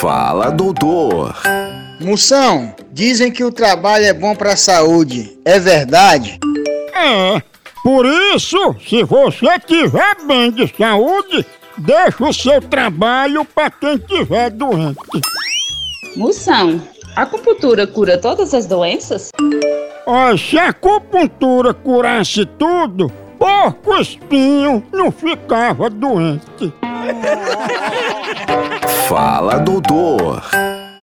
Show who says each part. Speaker 1: Fala, doutor.
Speaker 2: Moção, dizem que o trabalho é bom pra saúde. É verdade?
Speaker 3: É, por isso, se você tiver bem de saúde, deixa o seu trabalho pra quem tiver doente.
Speaker 4: Moção, a acupuntura cura todas as doenças?
Speaker 3: Ó, se a acupuntura curasse tudo, porco espinho não ficava doente.
Speaker 1: Fala, doutor.